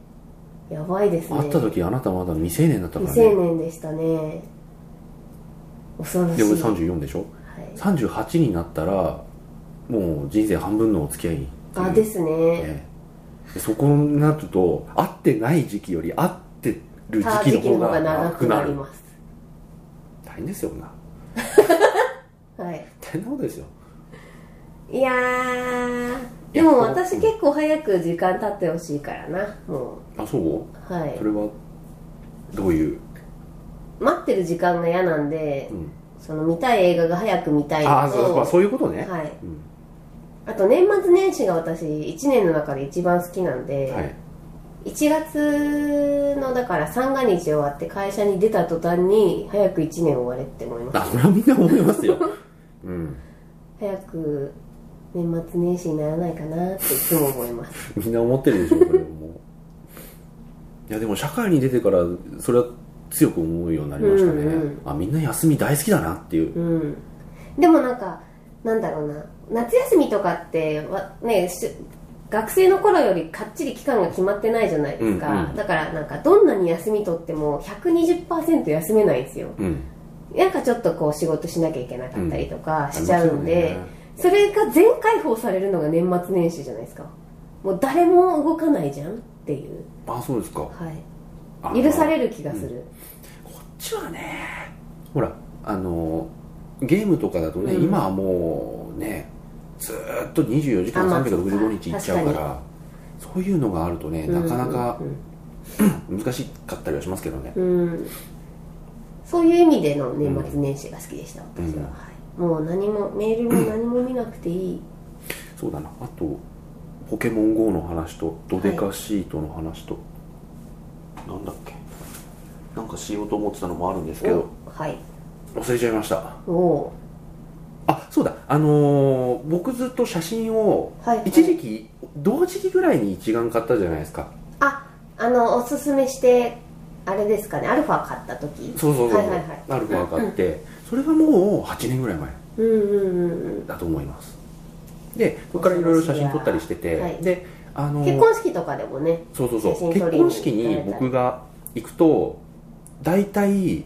S1: やばいですね
S2: 会った時あなたまだ未成年だったか
S1: 未
S2: ら
S1: 成
S2: ね
S1: 年でしたね恐ろしい
S2: で俺34でしょ
S1: はい
S2: 38になったらもう人生半分のお付き合いっていう
S1: あですね
S2: ええでそこになると会ってない時期より会ってる
S1: た
S2: 時
S1: 時
S2: 期
S1: 期
S2: の
S1: の
S2: 方
S1: 方
S2: が
S1: が
S2: 長
S1: 長
S2: く
S1: く
S2: な
S1: なり
S2: る
S1: ます
S2: 大変ですよな
S1: はい
S2: 大変なことですよ
S1: いやーでも私結構早く時間経ってほしいからなも
S2: あそう
S1: うは
S2: そ
S1: い
S2: れはどういう、
S1: 待ってる時間が嫌なんで
S2: うん、
S1: その見たい映画が早く見たい
S2: ああ
S1: の
S2: そう,、
S1: と
S2: まあ、そういうことね、
S1: はい、
S2: うん
S1: あと年末年始が私1年の中で一番好きなんで、
S2: はい
S1: 1月のだから三が日終わって会社に出た途端に早く1年終われって思います
S2: あそれはみんな思いますようん
S1: 早く年末年始にならないかなっていつも思います
S2: みんな思ってるでしょそれはもういやでも社会に出てからそれは強く思うようになりましたね、
S1: うんうん
S2: あみんな休み大好きだなっていう
S1: うんでもなんかなんだろうな夏休みとかってわねし学生の頃よりかっちり期間が決まってないじゃないですか、
S2: うんうん
S1: だからなんかどんなに休み取っても120%休めないんですよ
S2: うん
S1: なんかちょっとこう仕事しなきゃいけなかったりとかしちゃうんで、
S2: ありますよね
S1: それが全開放されるのが年末年始じゃないですかもう誰も動かないじゃんっていう、
S2: あそうですか
S1: はい、
S2: あ
S1: 許される気がする、
S2: こっちはねほらあのゲームとかだとね、
S1: うん
S2: 今はもうねずーっと24時間
S1: あまあ
S2: 365日いっちゃうからそういうのがあるとねなかなか難しかったりはしますけどね、
S1: うん、うんうんそういう意味での年末年始が好きでした、
S2: ん
S1: 私は、はい、もう何もメールも何も見なくていい、
S2: そうだなあとポケモン GO の話とドデカシートの話と、なんだっけなんかしようと思ってたのもあるんですけど
S1: おはい
S2: 忘れちゃいました
S1: おお
S2: あそうだあのー僕ずっと写真を
S1: ーはい、はい、
S2: 一時期同時期ぐらいに一眼買ったじゃないですか
S1: ああのおすすめしてあれですかねアルファ買った時
S2: そうそうそう、
S1: はいはいはい
S2: アルファ買ってそれがもう8年ぐらい前
S1: うんうんうん
S2: だと思いますでそこからいろいろ写真撮ったりしてて、
S1: はい
S2: であ
S1: う
S2: の
S1: ん
S2: ー
S1: 結婚式とかでもね
S2: そうそうそう
S1: 写真
S2: 結
S1: 撮りに
S2: 婚式に僕が行くと大体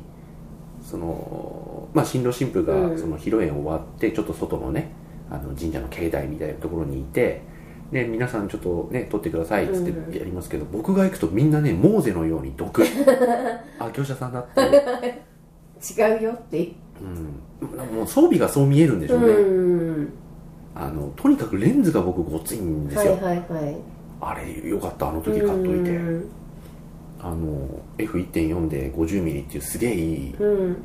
S2: そのまあ新郎新婦
S1: う
S2: が
S1: ん
S2: その披露宴終わってちょっと外のねあの神社の境内みたいなところにいてで皆さんちょっとね撮ってくださいっつ
S1: うん
S2: っ
S1: うん
S2: てやりますけど、僕が行くとみんなねモーゼのように 毒あ業者さんだっていう、
S1: 違うよっていう
S2: うん、もう装備がそう見えるんでしょうね、
S1: うん
S2: あのとにかくレンズが僕ごついんです
S1: はい
S2: よ、
S1: はいはい
S2: あれよかったあの時買っといて、
S1: うん
S2: あの F1.4 で 50mm っていうすげえいい
S1: うん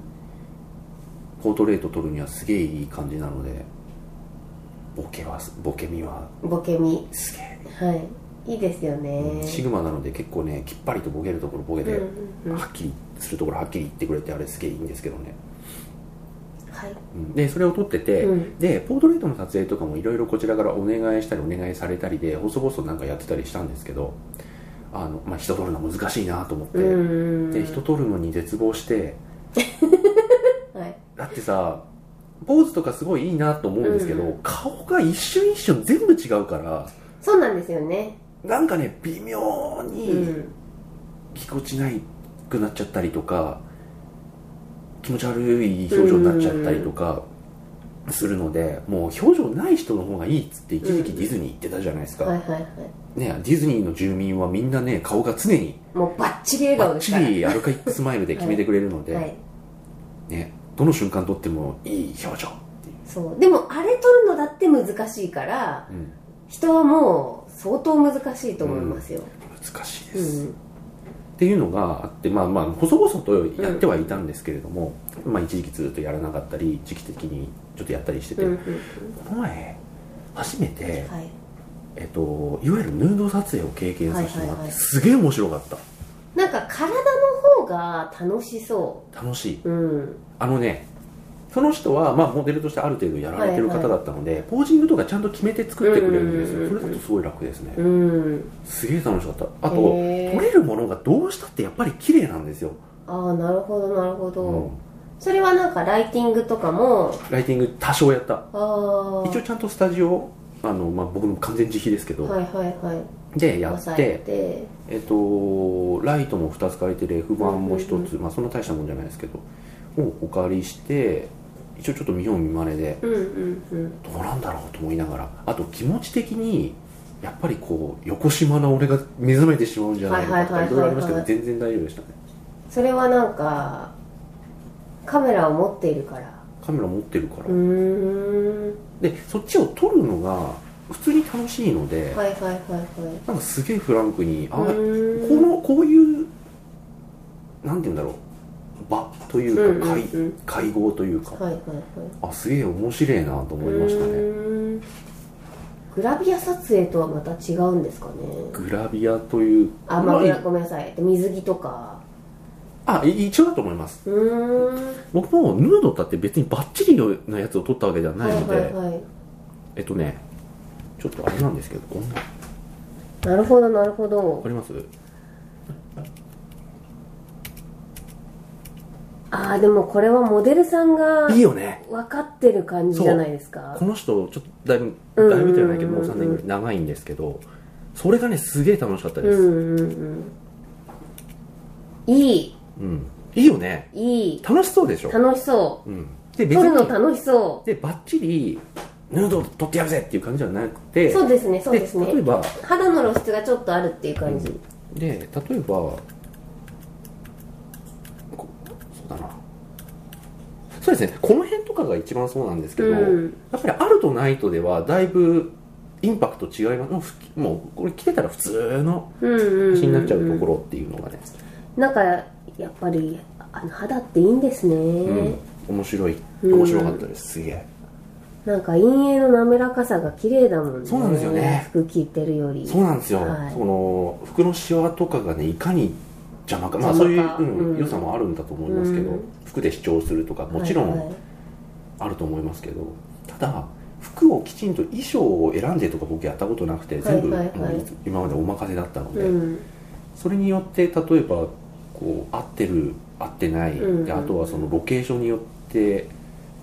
S2: ポートレート撮るにはすげえいい感じなのでボケはボケみは
S1: ボケみ
S2: すげえ、
S1: はいいいですよね
S2: シグマなので結構ねきっぱりとボケるところボケ
S1: うん
S2: て、
S1: うんうんは
S2: はっきりするところはっきり言ってくれてあれすげえいいんですけどね、
S1: い
S2: うんでそれを撮ってて、
S1: うん
S2: でポートレートの撮影とかもいろいろこちらからお願いしたりお願いされたりで細々なんかやってたりしたんですけどあの、まあ、人撮るの難しいなと思って、
S1: うん
S2: で人撮るのに絶望して
S1: はい
S2: だってさポーズとかすごいいいなと思うんですけど、
S1: うん
S2: 顔が一瞬一瞬全部違うから
S1: そうなんですよね
S2: なんかね微妙
S1: う
S2: に
S1: ん
S2: ぎこちないくなっちゃったりとか気持ち悪い表情になっちゃったりとかするので、もう表情ない人の方がいいっつって一時期
S1: うん
S2: ディズニー行ってたじゃないですか、
S1: はいはいはい
S2: ね、ディズニーの住民はみんなね顔が常に
S1: もうバッチリ笑顔
S2: バッ
S1: です
S2: チ
S1: から
S2: リアルカイックスマイルで決めてくれるので、
S1: はい
S2: ね、どの瞬間撮ってもいい表情っていう。
S1: そうでもあれ撮るのだって難しいから
S2: うん
S1: 人はもう相当難しいと思いますよ、
S2: 難しいで
S1: う
S2: す、
S1: ん
S2: っていうのがあってまあまあ細々とやってはいたんですけれども、まあ一時期ずっとやらなかったり時期的にちょっとやったりしてて、
S1: うんうん
S2: この前初めて、
S1: はい、
S2: えっと、いわゆるヌード撮影を経験させてもらって、
S1: はいはいはい
S2: すげえ面白かった
S1: なんか体の方が楽しそ
S2: 楽しいう
S1: うん
S2: あのねその人は、まあ、モデルとしてある程度やられてる方だったので、ポージングとかちゃんと決めて作ってくれるんです
S1: うん
S2: よそ
S1: うんうん
S2: れだとすごい楽ですね、
S1: うん
S2: すげえ楽しかったあと撮
S1: へー
S2: れるものがどうしたってやっぱり綺麗なんですよ、
S1: ああなるほどなるほど、
S2: うん
S1: それはなんかライティングとかも
S2: ライティング多少やった
S1: ああ
S2: 一応ちゃんとスタジオあの、まあ、僕の完全自費ですけど、
S1: はいはいはい
S2: でやっ
S1: 抑
S2: て、
S1: えて
S2: えっと、ライトも2つ借りてレフ板も1つ、
S1: うんうん
S2: まあ、そんな大したもんじゃないですけどをお借りして一応ちょっと見よう見まねで
S1: うんうんうん
S2: どうなんだろうと思いながらあと気持ち的にやっぱりこう横島な俺が目覚めてしまうんじゃないのかと
S1: は
S2: か
S1: い
S2: い
S1: はいはいはい
S2: ろいろありましたけど全然大丈夫でしたね
S1: それはなんかカメラを持っているから
S2: カメラ持ってるから、
S1: うーん
S2: でそっちを撮るのが普通に楽しいので、
S1: はいはいはいはい
S2: なんかすげえフランクにあ
S1: うーん
S2: このこういうなんて言うんだろう場とい
S1: うん
S2: うか、
S1: うん
S2: 会
S1: うん
S2: 会合というか
S1: はいはいはい
S2: あすげえ面白いなと思いました
S1: う
S2: ね
S1: ーんグラビア撮影とはまた違うんですかね
S2: グラビアという
S1: あ、まあ、
S2: ま
S1: グラごめんなさい水着とか
S2: ああい一応だと思います
S1: うーん
S2: 僕もヌードだって別にバッチリなやつを撮ったわけでは
S1: は
S2: ないいので、
S1: はいはい
S2: えっとねちょっとあれなんですけどこんなわ
S1: なるほどなるほど
S2: かります
S1: ああでもこれはモデルさんが
S2: いいよね
S1: 分かってる感じじゃないですか
S2: この人ちょっとだいぶ
S1: うんうんうん
S2: だいぶじゃないけどもう3年ぐらい長いんですけどそれがねすげえ楽しかった
S1: う
S2: です、
S1: んうんうんいい
S2: うん、いいよね
S1: いい
S2: 楽しそうでしょ
S1: 楽しそ
S2: うん、で
S1: う
S2: 別
S1: 撮るの
S2: に
S1: 楽しそ
S2: でバッチリヌードル撮ってやるぜっていう感じじゃなく
S1: う
S2: て
S1: そうですねそうです
S2: 例え
S1: ね
S2: ば
S1: 肌の露出がちょっとあるっていう感じ
S2: で例えばこそうだなそうですねこの辺とかが一番そうなんですけど、
S1: うん
S2: やっぱりあるとないとではだいぶインパクト違いますもうふきもうこれ着てたら普通の
S1: うんうんうん
S2: 写真になっちゃうところっていうのがね、
S1: なんかやっぱりあの肌っていいんですね、
S2: うん、面白い
S1: うん
S2: 面白かったです、すげえ
S1: なんか陰影の滑らかさが綺麗だもんね
S2: そうなんですよね
S1: 服着てるより
S2: そうなんですよ、
S1: はい
S2: その服のシワとかがねいかに邪魔かまあそうい
S1: 邪
S2: う
S1: 魔
S2: う
S1: か、
S2: ん
S1: うん
S2: 良さもあるんだと思いますけど、
S1: うん
S2: 服で主張するとかもちろ
S1: はいはい
S2: んあると思いますけど、ただ服をきちんと衣装を選んでとか僕やったことなくて全部、
S1: はいはいはい
S2: もういつ今までお任せだったので、
S1: うん
S2: それによって例えばこう合ってる合ってない、
S1: うん
S2: であとはそのロケーションによって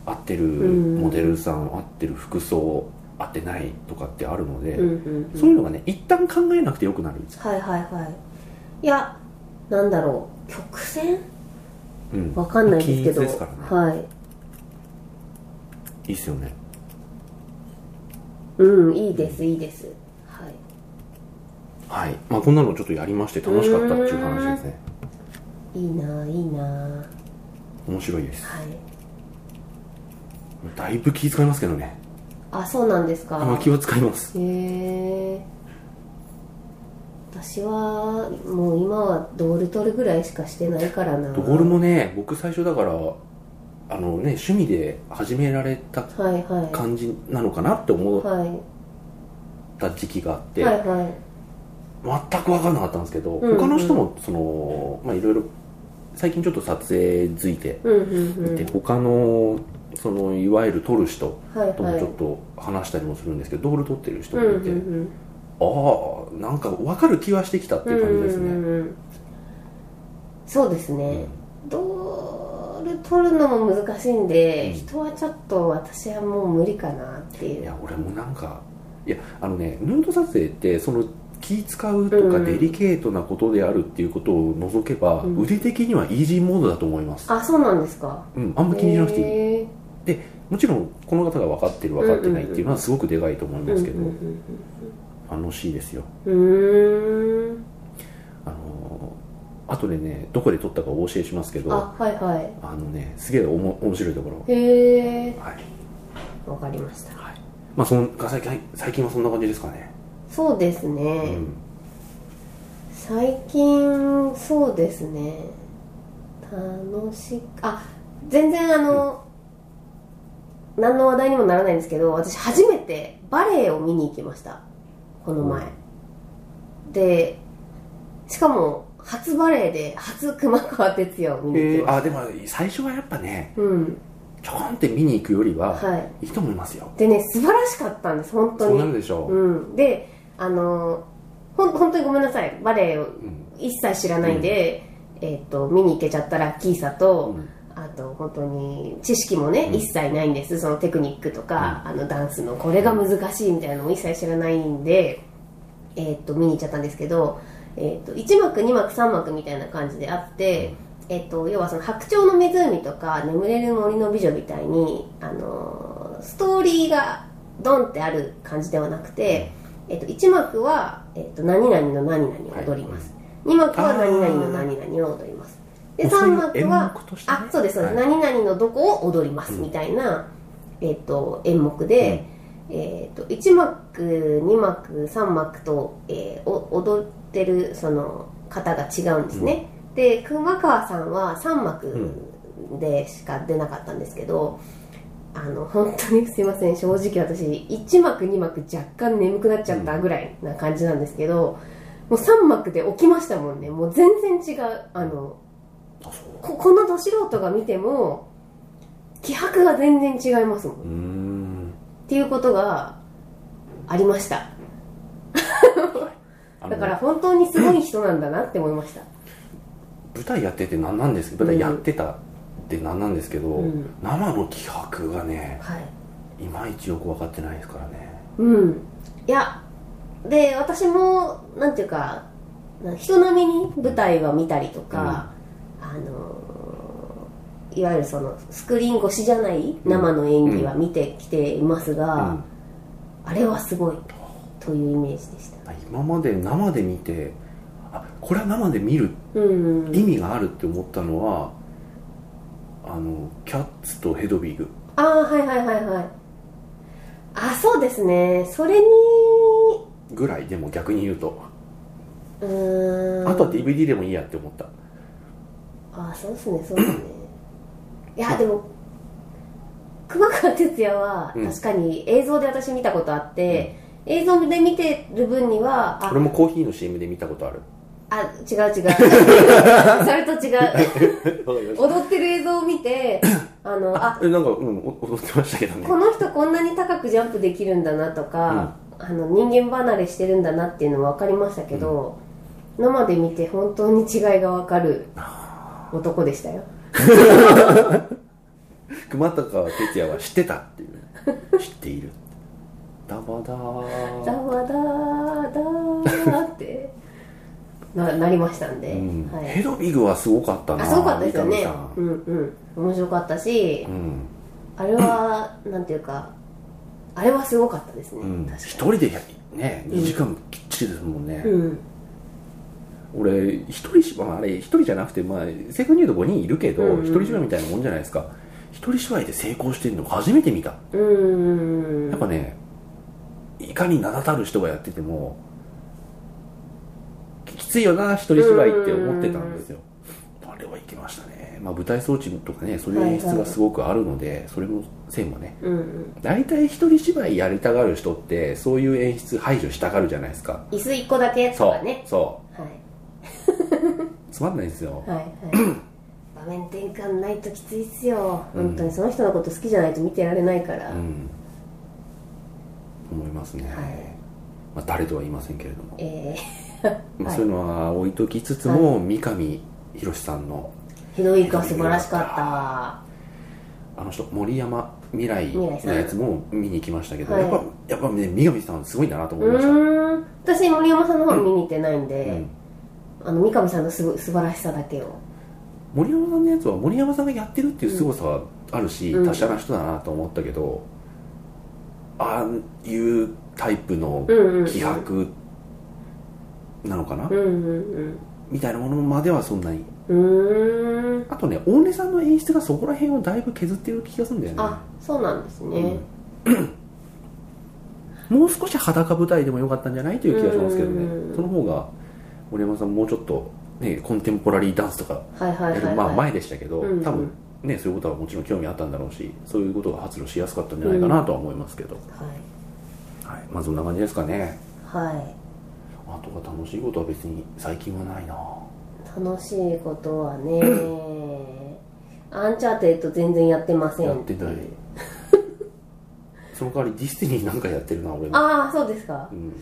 S2: 合ってる
S1: うん
S2: モデルさん、合ってる服装合ってないとかってあるので、
S1: うんうんうん
S2: そういうのがね一旦考えなくてよくなるんですよ、
S1: はいはいはいいやなんだろう曲線
S2: うん
S1: わかんないですけど
S2: 均一ですからね
S1: はい
S2: いいっすよね
S1: うんいいですいいですはい
S2: はい、まあ、こんなのちょっとやりまして楽しかったっていう話ですね
S1: いいなあいいな
S2: 面白いで
S1: あ
S2: す
S1: はい
S2: だいぶ気遣いますけどね
S1: あそうなんですか
S2: あ気は使います
S1: へえ私はもう今はドール取るぐらいしかしてないからな
S2: ドールもね僕最初だからあのね趣味で始められた
S1: はいは
S2: 感じなのかなって思
S1: い
S2: っ
S1: はい
S2: た時期があって、
S1: はいはい
S2: 全く分かんなかったんですけど、
S1: うんうん
S2: 他の人もそのまあいろいろ最近ちょっと撮影づいて
S1: うんうんうん
S2: で他のそのいわゆる撮る人
S1: はい
S2: とも
S1: は
S2: ちょ
S1: い
S2: っと話したりもするんですけど、ドール撮ってる人
S1: う
S2: も
S1: んう
S2: い
S1: ん
S2: て、
S1: うん
S2: ああなんか分かる気はしてきたっていう感じですね、
S1: うんうんうんそうですね、ドール取るのも難しいん
S2: う
S1: で、
S2: ん
S1: 人はちょっと私はもう無理かなって
S2: い
S1: いう
S2: や俺もなんかいやあのねヌード撮影ってその気使うとか
S1: うん
S2: デリケートなことであるっていうことを除けば、
S1: うん
S2: 腕的にはイージーモードだと思います、
S1: あそうなんですか
S2: うん、あんま気にしなくていい
S1: へー
S2: もちろんこの方が分かってる分かってないっていうのはすごくでかいと思いますけど、
S1: うんうん
S2: 楽しいですよ
S1: うんうんうーん
S2: あのー後でねどこで撮ったかお教えしますけどあ
S1: あはいは
S2: のねすげえおも面白いところ
S1: いへえ
S2: はい、
S1: わかりました
S2: はい、まあそん最近最近はそんな感じですかね、
S1: そうですね、
S2: うん
S1: 最近そうですね楽しくあ全然あの、何の話題にもならないんですけど私初めてバレエを見に行きましたこの前、でしかも初バレエで初熊川哲也を見に行
S2: え
S1: き
S2: ー
S1: まし
S2: あでも最初はやっぱね
S1: た、うん
S2: ちょこんって見に行くよりは、
S1: はい
S2: いと思いますよ
S1: でね素晴らしかったんです本当
S2: そうな
S1: に
S2: るでしょう、
S1: うんであのほん本当にごめんなさいバレエを
S2: うん
S1: 一切知らないで、えっと見に行けちゃったラッキーさと、
S2: うん
S1: あと本当に知識もね、
S2: うん
S1: 一切ないんですそのテクニックとか、あのダンスのこれが難しいみたいなのも一切知らないんで、えっと見に行っちゃったんですけど、えっと1幕2幕3幕みたいな感じであって、えっと要はその「白鳥の湖」とか「眠れる森の美女」みたいに、あのーストーリーがドンってある感じではなくて、えっと1幕は、えっと何々の何々を踊ります、2幕は何々の何々を踊りますで
S2: そう
S1: 3
S2: いう
S1: 幕
S2: 演
S1: は
S2: 目としてね
S1: あそうですそうです、
S2: はい
S1: 何々のどこを踊ります
S2: うん
S1: みたいな、えっと演目で、えっと1幕2幕3幕と、えーお踊ってるその方が違うんですね、で熊川さんは3幕でしか出なかったんですけど、あの本当にすいません正直私1幕2幕若干眠くなっちゃったぐらいな感じなんですけど、もう3幕で起きましたもんねもう全然違うあの
S2: あそう
S1: ここのど素人が見ても気迫が全然違いますもん
S2: うーん
S1: っていうことがありました
S2: あの
S1: だから本当にすごい人なんだなって思いました
S2: 舞台やってて何なんですけど舞台やってたって何なんですけど、
S1: うん
S2: 生の気迫がね
S1: はい
S2: いまいちよく分かってないですからね
S1: うんいやで私もなんていうかな人並みに舞台は見たりとか、あのーいわゆるそのスクリーン越しじゃない生の演技は見てきています
S2: う
S1: が
S2: ん、
S1: あれはすごいというイメージでした
S2: 今まで生で見てあこれは生で見る
S1: うんうん
S2: 意味があるって思ったのは、あのキャッツとヘドウィグ
S1: ああはいはいはいはいあそうですねそれに
S2: ぐらいでも逆に言うと、
S1: うーん
S2: あとは DVD でもいいやって思った
S1: あそうですねそうですねいやでも熊川哲也は
S2: うん
S1: 確かに映像で私見たことあって、映像で見てる分にはあ
S2: 俺もコーヒーの CM で見たことある
S1: あ違う 違うそれと違う
S2: わかりました
S1: 踊ってる映像を見てあのあ
S2: あ えなんかうんお踊ってましたけどね
S1: この人こんなに高くジャンプできるんだなとか、あの人間離れしてるんだなっていうのは分かりましたけど、生で見て本当に違いが分かる男でしたよ
S2: 熊高哲也は知ってたっていう知っているダバダ
S1: 「ダ
S2: ー
S1: バダーダー」って ななりましたんで、
S2: うん
S1: はい
S2: ヘドウィグはすごかったな
S1: あすごかったですよ
S2: 三
S1: ね
S2: 上さん
S1: うんうん面白かったし
S2: うん
S1: あれはなんていうかあれはすごかったですね、
S2: うん
S1: 確かに
S2: 一人でやね2時間きっちりですもんね、
S1: うん
S2: 俺一人芝居、まあ、あれ一人じゃなくて、まあ、正確に言うと5人いるけど
S1: うんうん
S2: 一、人芝居みたいなもんじゃないですか一人芝居で成功してるの初めて見た
S1: うん
S2: やっぱねいかに名だたる人がやっててもききついよな一人芝居って思ってたんですよあれはいけましたねまあ、舞台装置とかねそういう演出がすごくあるので、それのせいもね
S1: うんうん
S2: 大体一人芝居やりたがる人ってそういう演出排除したがるじゃないですか
S1: 椅子一個だけと
S2: そ
S1: か
S2: う、
S1: ね
S2: そ
S1: はい、
S2: うつまんないんですよ、
S1: はいはい 場面転換ないときついっすよ
S2: うん
S1: 本当にその人のこと好きじゃないと見てられないから、
S2: うん思いますね、
S1: はい
S2: まあ、誰とは言いませんけれども、
S1: え
S2: まあ、
S1: はい
S2: そういうのは置いときつつも、三上博さんの
S1: ー、ひどいか素晴らしか
S2: あの人森山未来
S1: 未来さ
S2: の
S1: ん
S2: やつも見に行きましたけど、
S1: はい
S2: やっぱやっぱね三上さんすごいんだなと
S1: っ
S2: 思
S1: たう
S2: いました、
S1: ーん私森山さんの方見に行ってないんで、
S2: うん
S1: あの三上さんのすご素晴らしさだけを
S2: 森山さんのやつは森山さんがやってるっていう凄さはあるし、
S1: うん
S2: 達者な人だなと思ったけど、ああいうタイプの
S1: うんうんうん
S2: 気迫なのかな、
S1: うんうん
S2: みたいなものまではそんなに
S1: うんうーん
S2: あとね大根さんの演出がそこら辺をだいぶ削ってる気がするんだよね
S1: あそうなんですね、
S2: うんもう少し裸舞台でもよかったんじゃないという気がしますけど
S1: うんう
S2: ね
S1: ん
S2: その方が森山さんもうちょっと、ね、コンテンポラリーダンスとか
S1: はいはい
S2: や
S1: は
S2: る
S1: い、はい、
S2: まあ前でしたけど、
S1: うんうん
S2: 多分ねそういうことはもちろん興味あったんだろうしそういうことが発露しやすかったんじゃないかなとは思いますけど、
S1: はい
S2: はい、まあそんな感じですかね
S1: はい
S2: あとは楽しいことは別に最近はないな
S1: 楽しいことはね アンチャーテッド全然やってません
S2: やってないその代わりディスティニーなんかやってるな俺も
S1: ああそうですか
S2: うんま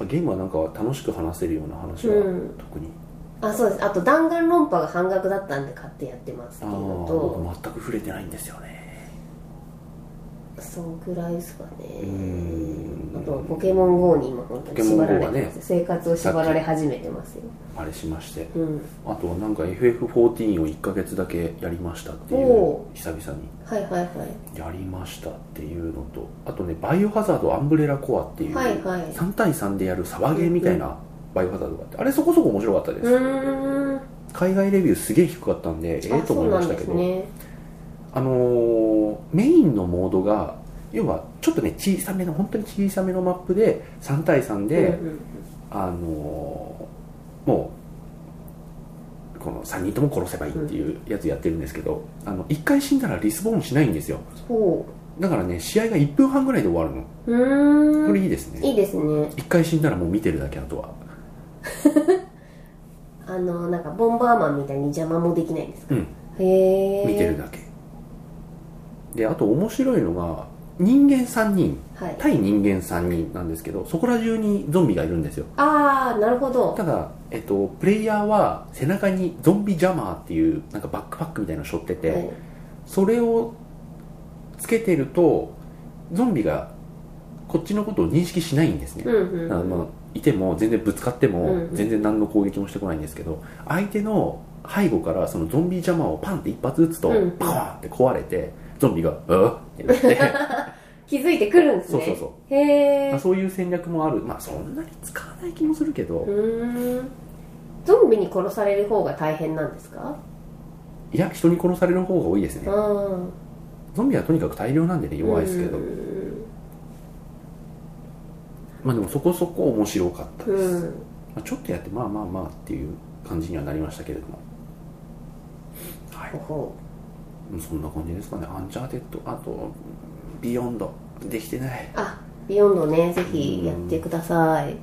S2: あゲームはなんか楽しく話せるような話
S1: う
S2: は
S1: ん
S2: 特に、
S1: あそうですあと弾丸論破が半額だったんで買ってやってますって
S2: あ
S1: い
S2: あ
S1: うのと
S2: 僕全く触れてないんですよね
S1: そんくらいですかね
S2: うん
S1: あとポケモン GO に今本当に縛られてます、生活を縛られ始めてますよ
S2: あれしまして
S1: うん
S2: あとはなんか FF14 を1ヶ月だけやりましたっていう
S1: お
S2: 久々に
S1: はいはいはい
S2: やりましたっていうのとあとね「バイオハザードアンブレラコア」っていう、
S1: はいはい
S2: 3対3でやるサバゲーみたいなバイオハザードがあってあれそこそこ面白かったです、
S1: うーん
S2: 海外レビューすげえ低かったんでええ
S1: あ
S2: と
S1: そ
S2: 思いう
S1: な
S2: ま
S1: ん
S2: した
S1: で
S2: け
S1: す
S2: ど、
S1: ね
S2: あのーメインのモードが要はちょっとね小さめの本当に小さめのマップで3対3で、
S1: うんうん
S2: あのーもうこの3人とも殺せばいいっていうやつやってるんですけど、あの1回死んだらリスボーンしないんですよ
S1: ほ
S2: だからね試合が1分半ぐらいで終わるの
S1: うう
S2: こ
S1: ー
S2: れ
S1: ん
S2: いいですね、
S1: いいですね
S2: 1回死んだらもう見てるだけあとは
S1: あのなんかボンバーマンみたいに邪魔もできないんですか、
S2: うん
S1: へえ
S2: 見てるだけ、であと面白いのが人間3人
S1: はい
S2: 対人間3人なんですけどそこら中にゾンビがいるんですよ
S1: ああなるほど
S2: ただ、えっと、プレイヤーは背中にゾンビジャマーっていうなんかバックパックみたいなのを背負ってて、
S1: はい
S2: それをつけてるとゾンビがこっちのことを認識しないんですね、
S1: うんうん
S2: あのまあいても全然ぶつかって
S1: う
S2: も
S1: んうん
S2: 全然何の攻撃もしてこないんですけど相手の背後からそのゾンビジャマーをパンって一発撃つと
S1: うん
S2: パコーンって壊れてゾンビが「うっ!」ってなって
S1: 気づいてくるんです
S2: そう
S1: ね
S2: そうそう
S1: うへえ
S2: まあそういう戦略もあるまあそんなに使わない気もするけど
S1: うーんゾンビに殺される方が大変なんですか
S2: いや人に殺される方が多いですね
S1: あ
S2: ゾンビはとにかく大量なんでね弱いですけど
S1: うん
S2: まあでもそこそこ面白かったです
S1: うん
S2: まあ、ちょっとやってまあまあまあっていう感じにはなりましたけれどもはい
S1: ほほ
S2: うんそんな感じですかねアンチャーテッドあとビヨンドできてない
S1: あビヨンドねぜひやってください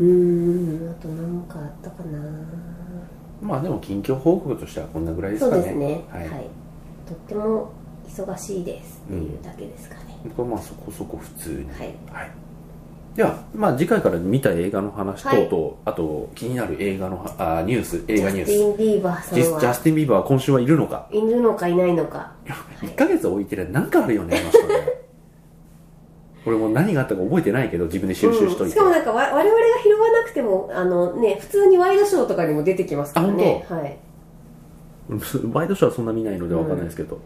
S1: うーんあと何かあったかな
S2: まあでも近況報告としてはこんなぐらいです
S1: そう
S2: かね
S1: ですねは、
S2: はいい、
S1: とっても忙しいですっていうだけですかね、
S2: これまあそこそこ普通に
S1: はい
S2: はいでは、まあ、次回から見た映画の話等
S1: は
S2: 々
S1: い、
S2: あと気になる映画のはあニュース映画ニュース
S1: ジ
S2: ジ
S1: ャスティン・ビーバー
S2: ャスジ
S1: さん
S2: ャ
S1: は
S2: スティン・ビーバーは今週はいるのか
S1: いるのかいないのかい
S2: 1ヶ月置いてりゃ何かあるよねあの人 ね俺もう何があったか覚えてないけど自分で収集しと
S1: うん
S2: い、
S1: してかもなんかわ我々が拾わなくてもあのね普通にワイドショーとかにも出てきますからね
S2: あ
S1: はい
S2: ワイドショーはそんな見ないのでわかんないですけど、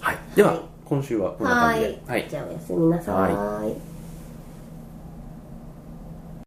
S2: はいでは、
S1: はい
S2: 今週はこんな感じで、
S1: は
S2: はい
S1: じゃあおやすみなさ
S2: はい